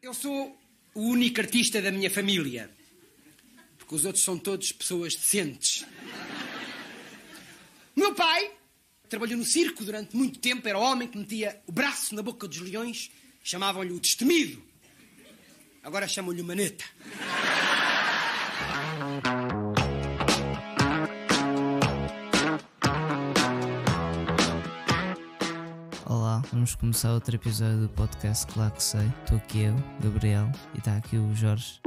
eu sou o único artista da minha família. Porque os outros são todos pessoas decentes. O meu pai trabalhou no circo durante muito tempo, era o homem que metia o braço na boca dos leões, chamavam-lhe o destemido. Agora chamam-lhe o maneta. Olá, vamos começar outro episódio do podcast Claro que Sei. Estou aqui eu, Gabriel, e está aqui o Jorge,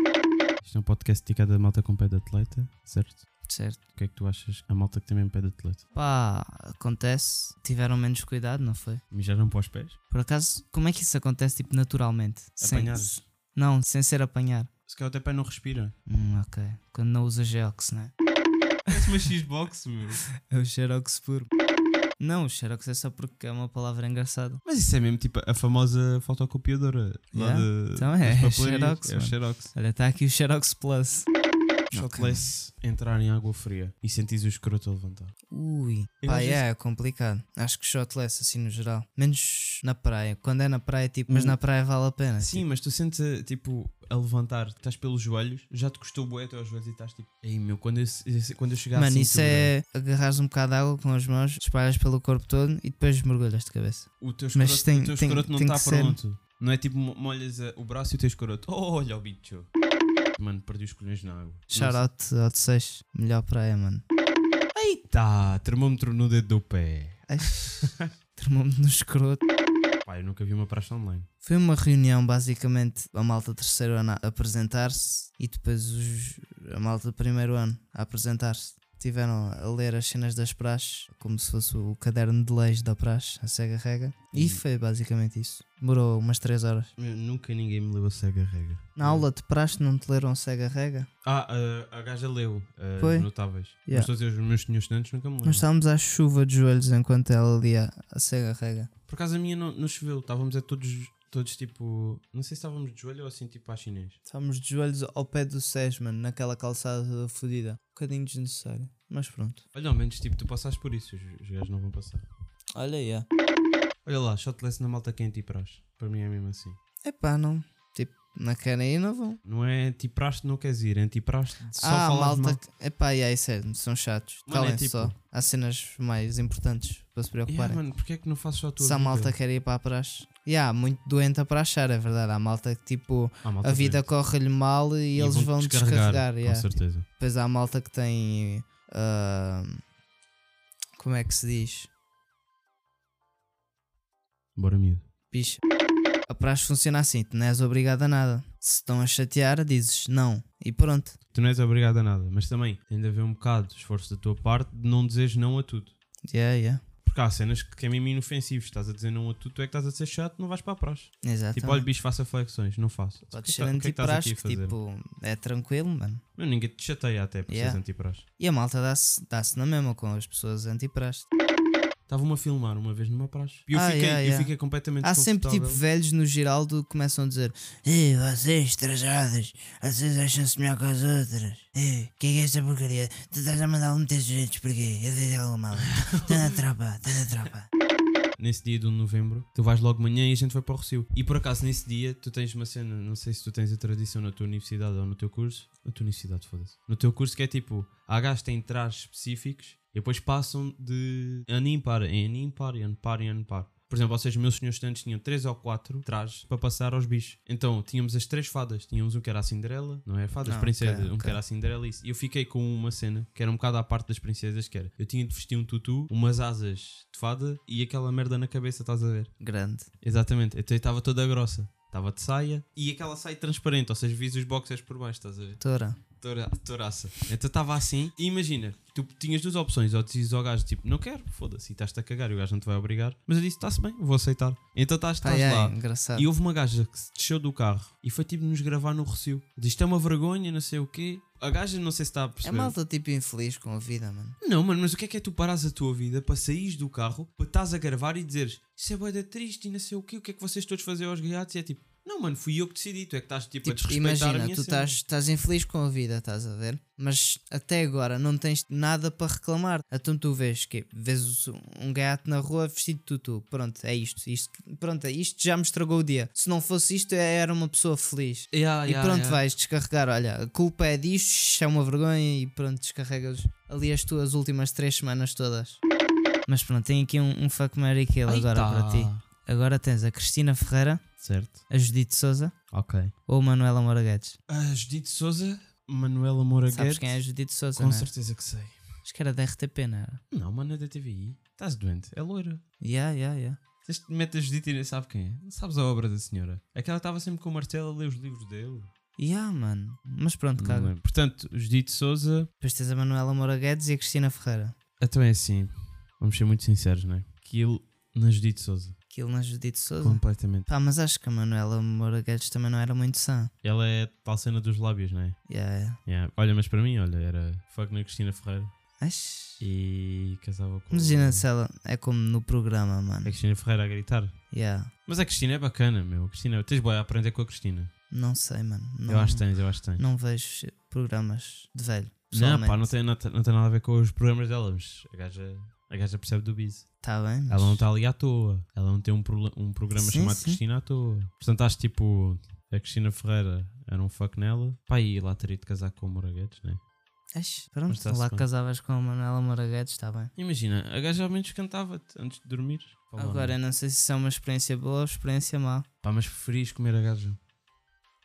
Isto é um podcast dedicado a malta com pé de atleta, certo? certo? O que é que tu achas? A malta que tem mesmo pé de atleta. Pá, acontece, tiveram menos cuidado, não foi? Mijaram para os pés? Por acaso, como é que isso acontece, tipo, naturalmente? Sem- Apanhados. Não, sem ser apanhar. Se calhar o teu pé não respira. Hum, ok. Quando não usa Geox, né? Parece uma Xbox, meu. É o Xerox puro. Não, o Xerox é só porque é uma palavra engraçada. Mas isso é mesmo tipo a famosa fotocopiadora lá Yeah, de. então é, das é papelarias. Xerox, É o mano. Xerox. Olha, está aqui o Xerox Plus. Só Ok. que lesse entrar em água fria e sentis o escroto a levantar. Ui, Eu pá, às é, é complicado. Acho que shotless assim no geral. Menos na praia. Quando é na praia, tipo, mas na praia vale a pena. tipo, Sim, mas tu sentes eh, tipo a levantar, estás pelos joelhos, já te custou o bué até aos joelhos e estás tipo, ei meu, quando eu, esse- quando eu chegar assim, à Mano, isso cintura, é agarrares um bocado de água com as mãos, espalhas pelo corpo todo e depois mergulhas de cabeça. o teu Mas escroto, tem- o teu tem- escroto não tem está que ser- pronto. Não é tipo mo- molhas eh, o braço e o teu escroto. Oh, olha o bicho. Mano, perdi os colhões na água. Shout out ao de 6, melhor praia, mano. Tá, termômetro no dedo do pé. Ai, Termou-me no escroto. Pá, eu nunca vi uma praxe online. Foi uma reunião, basicamente, a malta do terceiro ano a apresentar-se e depois os, a malta do primeiro ano a apresentar-se. Tiveram a ler as cenas das praxes, como se fosse o caderno de leis da praxe, a cega rega. E foi basicamente isso. Demorou umas 3 horas. Meu, nunca ninguém me leu a cega regra. Na aula de praxe não te leram cega rega? Ah, eh, a gaja leu. eh, Foi? Notáveis. Yeah. tá- Mas todos os meus senhores estudantes nunca me leram. Nós estávamos à chuva de joelhos enquanto ela lia a cega rega. Por acaso a minha não, não choveu. Estávamos a todos, todos tipo. Não sei se estávamos de joelho ou assim tipo à chinês. Estávamos de joelhos ao pé do Sesman, naquela calçada fodida. Um bocadinho desnecessário, mas pronto. Olha, ao menos tipo, tu passaste por isso. Os os gajos não vão passar. Olha, yeah. Olha lá, shotless na malta quente e praxe. Para mim é mesmo assim. Epá, não. Tipo, não querem ir, não vão. Não é antipraste, não queres ir, é antipraste de só ah, falar malta. de mal. que- Epá, e aí, sério, são chatos. Mano, é Calem-se tipo- só. Há cenas mais importantes para se Yeah, preocuparem. mano, porquê é que não fazes só a tua Se a vida? malta quer ir para a praxe. E há muito doente a praxar, é verdade. Há malta que, tipo, Ah, malta a vida doente. corre-lhe mal e, E eles vão vão-te descarregar. yeah. Com certeza. Depois há a malta que tem. ah, como é que se diz? Bora, miúdo. Picha. A praxe funciona assim, tu não és obrigado a nada. Se estão a chatear, dizes não. E pronto. Tu não és obrigado a nada, mas também tem de haver um bocado de esforço da tua parte de não dizeres não a tudo. Yeah, yeah. Porque há cenas que, que é mesmo inofensivo. Estás a dizer não a tudo, tu é que estás a ser chato, não vais para a praxe. Exato. Tipo, olha, bicho, faça flexões, não faço. Pode O que ser é que tá- o que é que estás aqui antipraxe, a que fazer? tipo, é tranquilo, mano. Meu, ninguém te chateia até por Yeah. seres antipraxe. E a malta dá-se dá na mesma com as pessoas antipraxe. Estava-me a filmar uma vez numa praxe. E eu, Ah, fiquei, yeah, eu yeah. fiquei completamente Há sempre tipo desconfortável. velhos no Giraldo que começam a dizer Ei, vocês trajados, vocês acham-se melhor que as outras. Ei, que é que é esta porcaria? Tu estás a um mandar-me meter sujeitos porquê? Eu dei algo mal. Está Tá na tropa, está na tropa. nesse dia do novembro, tu vais logo manhã e a gente vai para o Rocio. E por acaso, nesse dia, tu tens uma cena, não sei se tu tens a tradição na tua universidade ou no teu curso, na tua universidade, foda-se, no teu curso que é tipo, há gajos que têm trajes específicos e depois passam de ano ímpar em ano ímpar, e ano par em ano par. Por exemplo, vocês, meus senhores estudantes, tinham três ou quatro trajes para passar aos bichos. Então, tínhamos as três fadas. Tínhamos um que era a Cinderela, não é? Fadas, Ah, princesa, ok, um que ok. era a Cinderela e isso. E eu fiquei com uma cena que era um bocado à parte das princesas, que era eu tinha de vestir um tutu, umas asas de fada e aquela merda na cabeça, estás a ver? Grande. Exatamente. Então eu estava toda grossa. Estava de saia e aquela saia transparente, ou seja, vis os boxers por baixo, estás a ver? Tora. Tora, toraça. Então estava assim e imagina, tu tinhas duas opções, ou dizes ao gajo tipo, não quero, foda-se, e estás-te a cagar e o gajo não te vai obrigar. Mas eu disse, está-se bem, vou aceitar. Então estás, Pá, estás é, lá. engraçado. E houve uma gaja que se desceu do carro e foi tipo nos gravar no Rocio. Diz isto é uma vergonha, não sei o quê. A gaja não sei se está a É perceber. malta tipo infeliz com a vida, mano. Não, mano, mas o que é que é tu parares a tua vida para saís do carro, para estás a gravar e dizeres isso é boeda triste e não sei o quê, o que é que vocês todos fazem aos gatos? E é tipo, Não, mano, fui eu que decidi. Tu é que estás tipo, a Tipo, desrespeitar a imagina, minha tu cena. estás, estás infeliz com a vida, estás a ver? Mas até agora não tens nada para reclamar. Então tu vês que vês um gato na rua vestido de tutu. Pronto, é isto. isto pronto, é isto já me estragou o dia. Se não fosse isto, eu era uma pessoa feliz. e Yeah, Ah, yeah, pronto, yeah. vais descarregar. Olha, a culpa é disto, isto é uma vergonha. E pronto, descarregas ali as tuas últimas três semanas todas. Mas pronto, tem aqui um, um fuck Mary Kill Aí agora tá. para ti. Agora tens a Cristina Ferreira, Certo. a Judite Souza Ok. ou a Manuela Moraguetes. A Ah, Judite Souza, Manuela Moraguete. Sabes quem é a Judite Souza? Com não é? certeza que sei. Acho que era da RTP, não era? Não, mano, é da TVI. Estás doente. É loira. Yeah, yeah, yeah. Tens de meter a Judite e nem sabe quem é. Não sabes a obra da senhora. É que ela estava sempre com o Marcelo a ler os livros dele. Yeah, mano. Mas pronto, Não caga. lembro. Portanto, Judite Souza, Depois tens a Manuela Moura Guedes e a Cristina Ferreira. então é assim. Vamos ser muito sinceros, não é? Kill na Judite Souza. Aquilo na Judite Souza. Completamente. Pá, mas acho que a Manuela Moura Guedes também não era muito sã. Ela é tal cena dos lábios, não é? Yeah, yeah. Yeah. Olha, mas para mim, olha, era fuck na Cristina Ferreira Acho. e casava com. Imagina se ela é como no programa, A mano. Cristina Ferreira a gritar. Yeah. Mas a Cristina é bacana, meu. A Cristina, tens boa a aprender com a Cristina. Não sei, mano. Não, eu acho que tens, eu acho que tens. não vejo programas de velho. Não, pessoalmente. pá, não tem, não, tem, não tem nada a ver com os programas dela, mas a gaja, a gaja percebe do bis. Tá bem. mas- Ela não está ali à toa. Ela não tem um, prole- um programa Sim, chamado sim. Cristina à toa. Portanto, acho tipo, a Cristina Ferreira era um fuck nela. Pá, e lá teria de casar com o Moraguetes, né? Acho. Mas tá Pronto, tá-se lá bem. casavas com a Manuela Moura Guedes, tá bem. Imagina, a gaja ao menos cantava-te antes de dormir. Pá, lá, Agora, né? eu não sei se isso é uma experiência boa ou experiência má. Pá, mas preferias comer a gaja?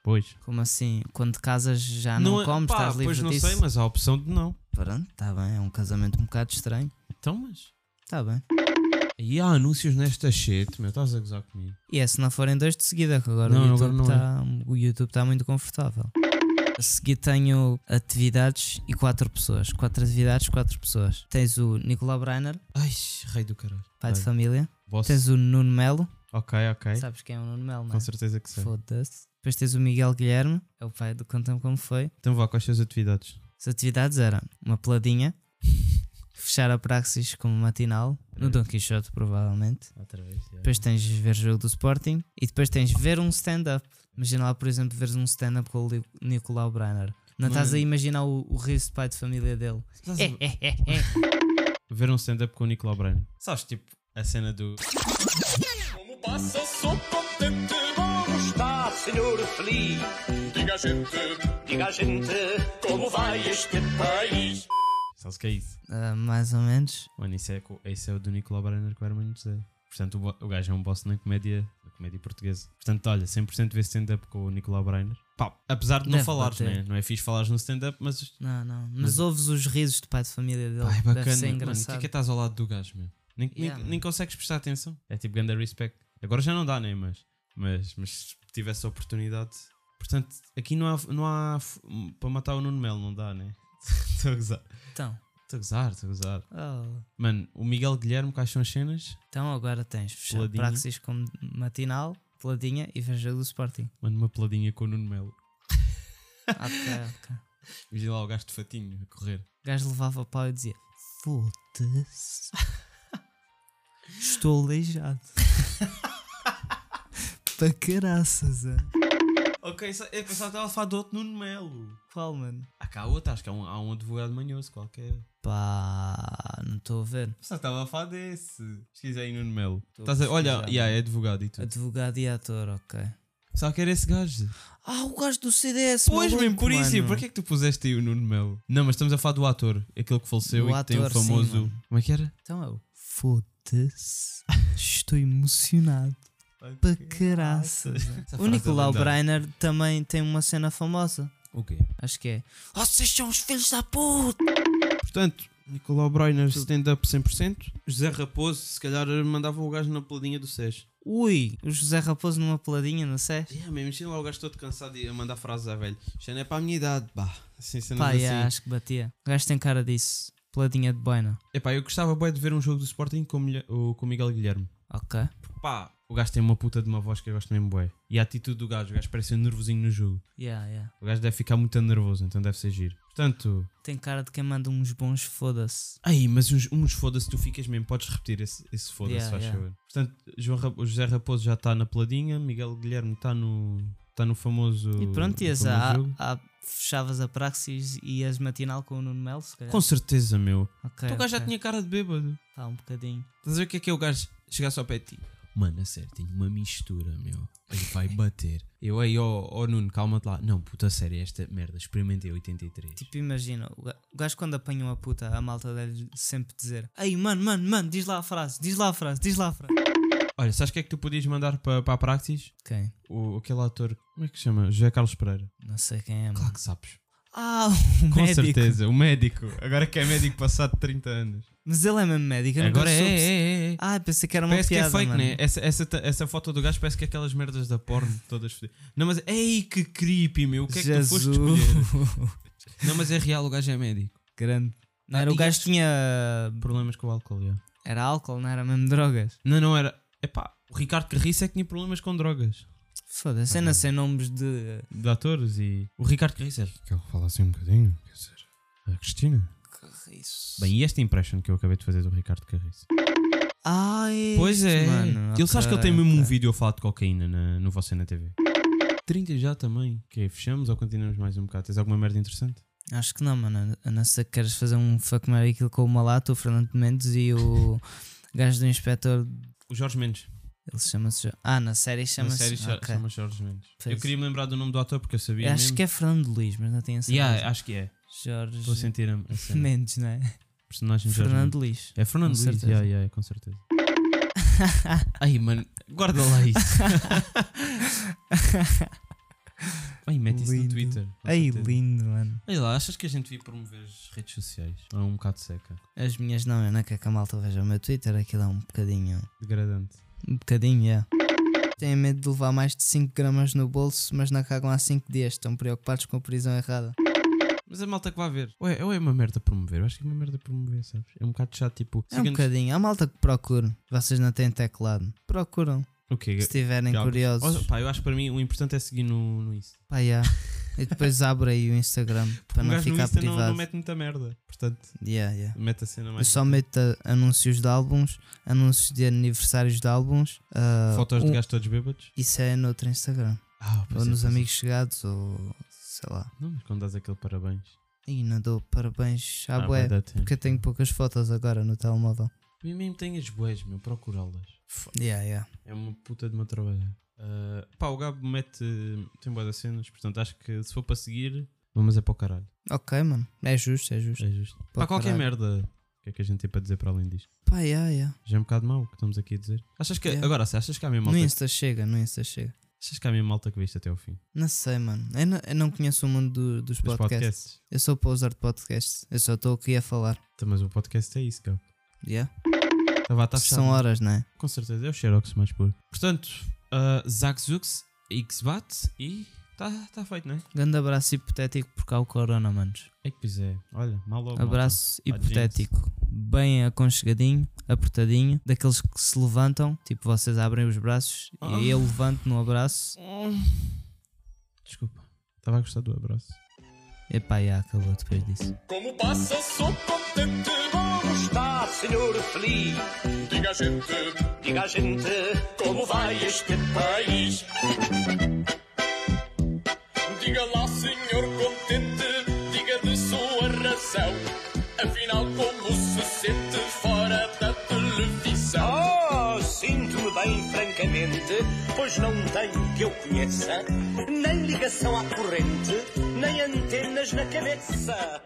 Pois. Como assim? Quando casas já Ah, não, é- comes, pá, estás livre pois não disso? sei, mas há a opção de não. Pronto, está bem, é um casamento um bocado estranho. Então, mas... Está bem. E há anúncios nesta shit, meu. Estás a gozar comigo. E é se não forem dois de seguida, que agora Não, o agora YouTube não é. está o YouTube tá muito confortável. A seguir tenho atividades e quatro pessoas. Quatro atividades, quatro pessoas. Tens o Nicolau Breiner, Ai, rei do caralho. pai de Vai. família. Boss. Tens o Nuno Melo. Ok, ok. Sabes quem é o Nuno Melo, não Com é? certeza que sei. Foda-se. Depois tens o Miguel Guilherme, é o pai do Contam Como Foi. Então vá, quais as suas atividades? As atividades eram uma peladinha, fechar a praxis como matinal, no Don Quixote provavelmente. Outra vez. Depois tens ver jogo do Sporting e depois tens ver um stand-up. Imagina lá, por exemplo, veres um stand-up com o Li- Nicolau Breiner. Não estás a Mano. imaginar o, o riso de pai de família dele. Ver um stand-up com o Nicolau Breno. Sabes, tipo, a cena do. Como passa, sou contente. Como está, senhor Feliz? Diga a gente, diga a gente, como vai este país? Sabes o que é isso? Ah, mais ou menos. Mano, isso é, co- esse é o do Nicolau Brenner com o Hermano José. Portanto, o, bo- o gajo é um boss na comédia, na comédia portuguesa. Portanto, olha, 100% ver stand-up com o Nicolau Brenner. Pá, apesar de não Deve falares, bater. né? não é fixe falares no stand-up, mas. Não, não. Mas, ouves os risos de pai de família dele. Pá, é Deve bacana. ser Mano, o que é engraçado. que estás ao lado do gajo, meu? Nem, nem- Yeah, nem, mano. consegues prestar atenção. É tipo ganda respect. Agora já não dá, nem mas. Mas, mas se tivesse a oportunidade. Portanto, aqui não há, não há f- para matar o Nuno Melo, não dá, né? Estou a gozar. Então, Estou a gozar, estou a gozar. oh. Mano, o Miguel Guilherme, quais são as cenas? então agora tens fechar a Peladinha. praxis como matinal, peladinha e ver jogo do Sporting. Mano, uma peladinha com o Nuno Melo. Ok, ok. Imagina lá o gajo de fatinho a correr. O gajo levava o pau e dizia: Foda-se. Estou aleijado. Para caraças, é? Ok, eu pensava que ela falar do outro Nuno Melo. Qual, mano? Ah, cá há outro, acho que há um, há um advogado manhoso qualquer. Pá, não estou a ver. Só estava a falar desse. Pesquisa aí Nuno Melo. Estou a Estás a- olha, pesquisar. yeah, é advogado e tudo. Advogado e ator, ok. Só que era esse gajo. Ah, o gajo do CDS, Pois maluco, mesmo, por isso. mano. Por que é que tu puseste aí o Nuno Melo? Não, mas estamos a falar do ator. Aquele que faleceu Do e que tem o ator, sim, famoso... mano. Como é que era? Então eu. Foda-se. Estou emocionado. Para caraças. é? Essa O frase é Nicolau lendária. Breiner também tem uma cena famosa. O quê? Acho que é. Vocês são os filhos da puta! Portanto, Nicolau Breiner stand-up 100%. José Raposo, se calhar, mandava o gajo na peladinha do SES. Ui, o José Raposo numa peladinha, não sei? É, mesmo imagina lá o gajo todo cansado e a mandar frases à velha. Isto não é para a minha idade, pá. Assim, cenas Pá, assim. yeah, acho que batia. O gajo tem cara disso. Peladinha de boina. Epá, eu gostava bem de ver um jogo do Sporting com o Milha- o- com o Miguel Guilherme. Ok. Pá, O gajo tem uma puta de uma voz que eu gosto mesmo, bué. E a atitude do gajo, o gajo parece um nervosinho no jogo. Yeah, yeah. O gajo deve ficar muito nervoso, então deve ser giro. Portanto, Tem cara de quem manda uns bons foda-se. aí, mas uns, uns foda-se, tu ficas mesmo, podes repetir esse, esse foda-se, Yeah, faz yeah. favor. Portanto, João Rap- o José Raposo já está na peladinha, Miguel Guilherme está no, está no famoso. E pronto, no ias famoso a, jogo. a- fechavas a praxis e ias matinal com o Nuno Melo, se calhar. Com certeza, meu. Ok, Então o gajo já ok. tinha cara de bêbado. Tá, um bocadinho. Estás a ver o que é que é o gajo chegar só ao pé de ti? Mano, a sério, tenho uma mistura, meu. Ele vai bater. Eu aí, ó ó, Nuno, calma-te lá. Não, puta a sério, esta merda, experimentei 83. Tipo, imagina, o ga- o gajo quando apanha uma puta, a malta deve sempre dizer: Ei, mano, mano, mano, diz lá a frase, diz lá a frase, diz lá a frase. Olha, sabes o que é que tu podias mandar para para a Praxis? Quem? O, aquele ator, como é que se chama? José Carlos Pereira. Não sei quem é, Claro mano. que sabes. Ah, o Com médico. certeza, o médico. Agora que é médico passado 30 anos. Mas ele é mesmo médico, eu nunca Agora é, soube se- é, é, é. Ah, pensei que era uma Parece que piada, é fake, mano. né? Essa, essa, ta- essa foto do gajo parece que é aquelas merdas da porno todas fodidas. Não, mas ei, que creepy, meu. O que é que tu foste Jesus. escolher? Não, mas é real, o gajo é médico. Grande. Não Ah, era, o e gajo este- tinha. Problemas com o álcool, já. Era álcool, não era mesmo drogas. Não, não era. Epá, o Ricardo Carriço é que tinha problemas com drogas. Foda-se, eu não sei nomes de. De atores e. O Ricardo Carriço é. Que ele fala assim um bocadinho, quer dizer. A Cristina. Carriço. Bem, e esta impression que eu acabei de fazer do Ricardo Carriço? Ai, Pois é. mano, ele sabes que ele ok, tem mesmo um ok. vídeo a falar de cocaína na, no Você na TV. 30 já também. Que é, fechamos ou continuamos mais um bocado? Tens alguma merda interessante? Acho que não, mano. A não ser que queres fazer um fuck Mary Kill com o Malato, o Fernando Mendes e o gajo do inspetor. O Jorge Mendes. Ele chama-se. Jo- Ah, na série Na chama-se. série se ok. chama Jorge Mendes. Pois. Eu queria me lembrar do nome do ator porque eu sabia Acho mesmo. que é Fernando Luís, mas não tenho certeza. Yeah, acho que é. Estou a Jorge sentir a, a cena. Mendes, não é? Personagem Jorge Fernando Luís. É Fernando Com Luís, certeza. yeah, yeah, com certeza. Ai, mano, guarda lá isso. Ai, mete isso no Lindo. Twitter. com Ei, certeza. lindo, mano. Ai lá, achas que a gente devia promover as redes sociais? É um bocado seca. As minhas não, eu não quero que a malta veja o meu Twitter, aquilo é um bocadinho. Degradante. Um bocadinho, é. Têm medo de levar mais de 5 gramas no bolso, mas não cagam há 5 dias. Estão preocupados com a prisão errada. É Mas a malta que vai ver. Ou é, ou é uma merda promover? Eu acho que é uma merda promover, sabes? É um bocado chato, tipo. É um bocadinho. Há malta que procura. Vocês não têm teclado. Procuram. O quê? Se estiverem Já, curiosos. Oh, pá, eu acho que para mim o importante é seguir no, no Insta. Pá, já. E depois abre aí o Instagram para Um não gajo no ficar Insta não, privado. não mete muita merda. Portanto, Yeah, yeah. mete a cena Eu mais. só meto a- anúncios de álbuns, anúncios de aniversários de álbuns. ah, Fotos um- de gajos todos bêbados. Isso é no outro Instagram. Ah, pois ou é, nos pois é. amigos chegados, ou sei lá. Não, mas quando dás aquele parabéns. E não dou parabéns à Ah, bué, vai dar tempo. porque eu tenho poucas fotos agora no telemóvel. Eu mesmo tenho as boés, meu, procurá-las. Yeah, yeah. É uma puta de uma trabalha. Ah, pá, o Gabo mete. tem boas cenas, portanto acho que se for para seguir, vamos é para o caralho. Ok, mano. É justo, é justo. É justo. Para Pá, o qualquer caralho. merda. O que é que a gente tem para dizer para além disto? Pá, yeah, yeah. Já é um bocado mau o que estamos aqui a dizer. Achas que. Yeah. Agora, se achas que há mesmo No malta. Insta chega, no Insta chega. Achas que há mesmo malta que viste até ao fim? Não sei, mano. Eu não, eu não conheço o mundo do- dos, Dos podcasts. podcasts. Eu sou para usar de podcasts. Eu só estou aqui a falar. Tá, Mas o podcast é isso, Gabo. Yeah. Estava a estar São Tá fechado. horas, não é? Com certeza, é o Xerox mais puro. Portanto, uh, Zack Zux, Xbat e. Está tá feito, não é? Grande abraço hipotético porque há o corona, manos. É que pois é. Olha, mal logo. Abraço malta. hipotético. Bem aconchegadinho, apertadinho, daqueles que se levantam, tipo vocês abrem os braços Ah. e eu levanto no abraço. Desculpa. Estava a gostar do abraço. Epá, já acabou depois disso. Como passa só contente, como está, senhor Fli? Diga gente, diga gente, como vai este país? Diga lá, senhor contente, diga de sua razão. Afinal, como se sente fora da televisão? Oh, sinto-me bem, francamente, pois não tenho que eu conheça. Nem ligação à corrente, nem antenas na cabeça.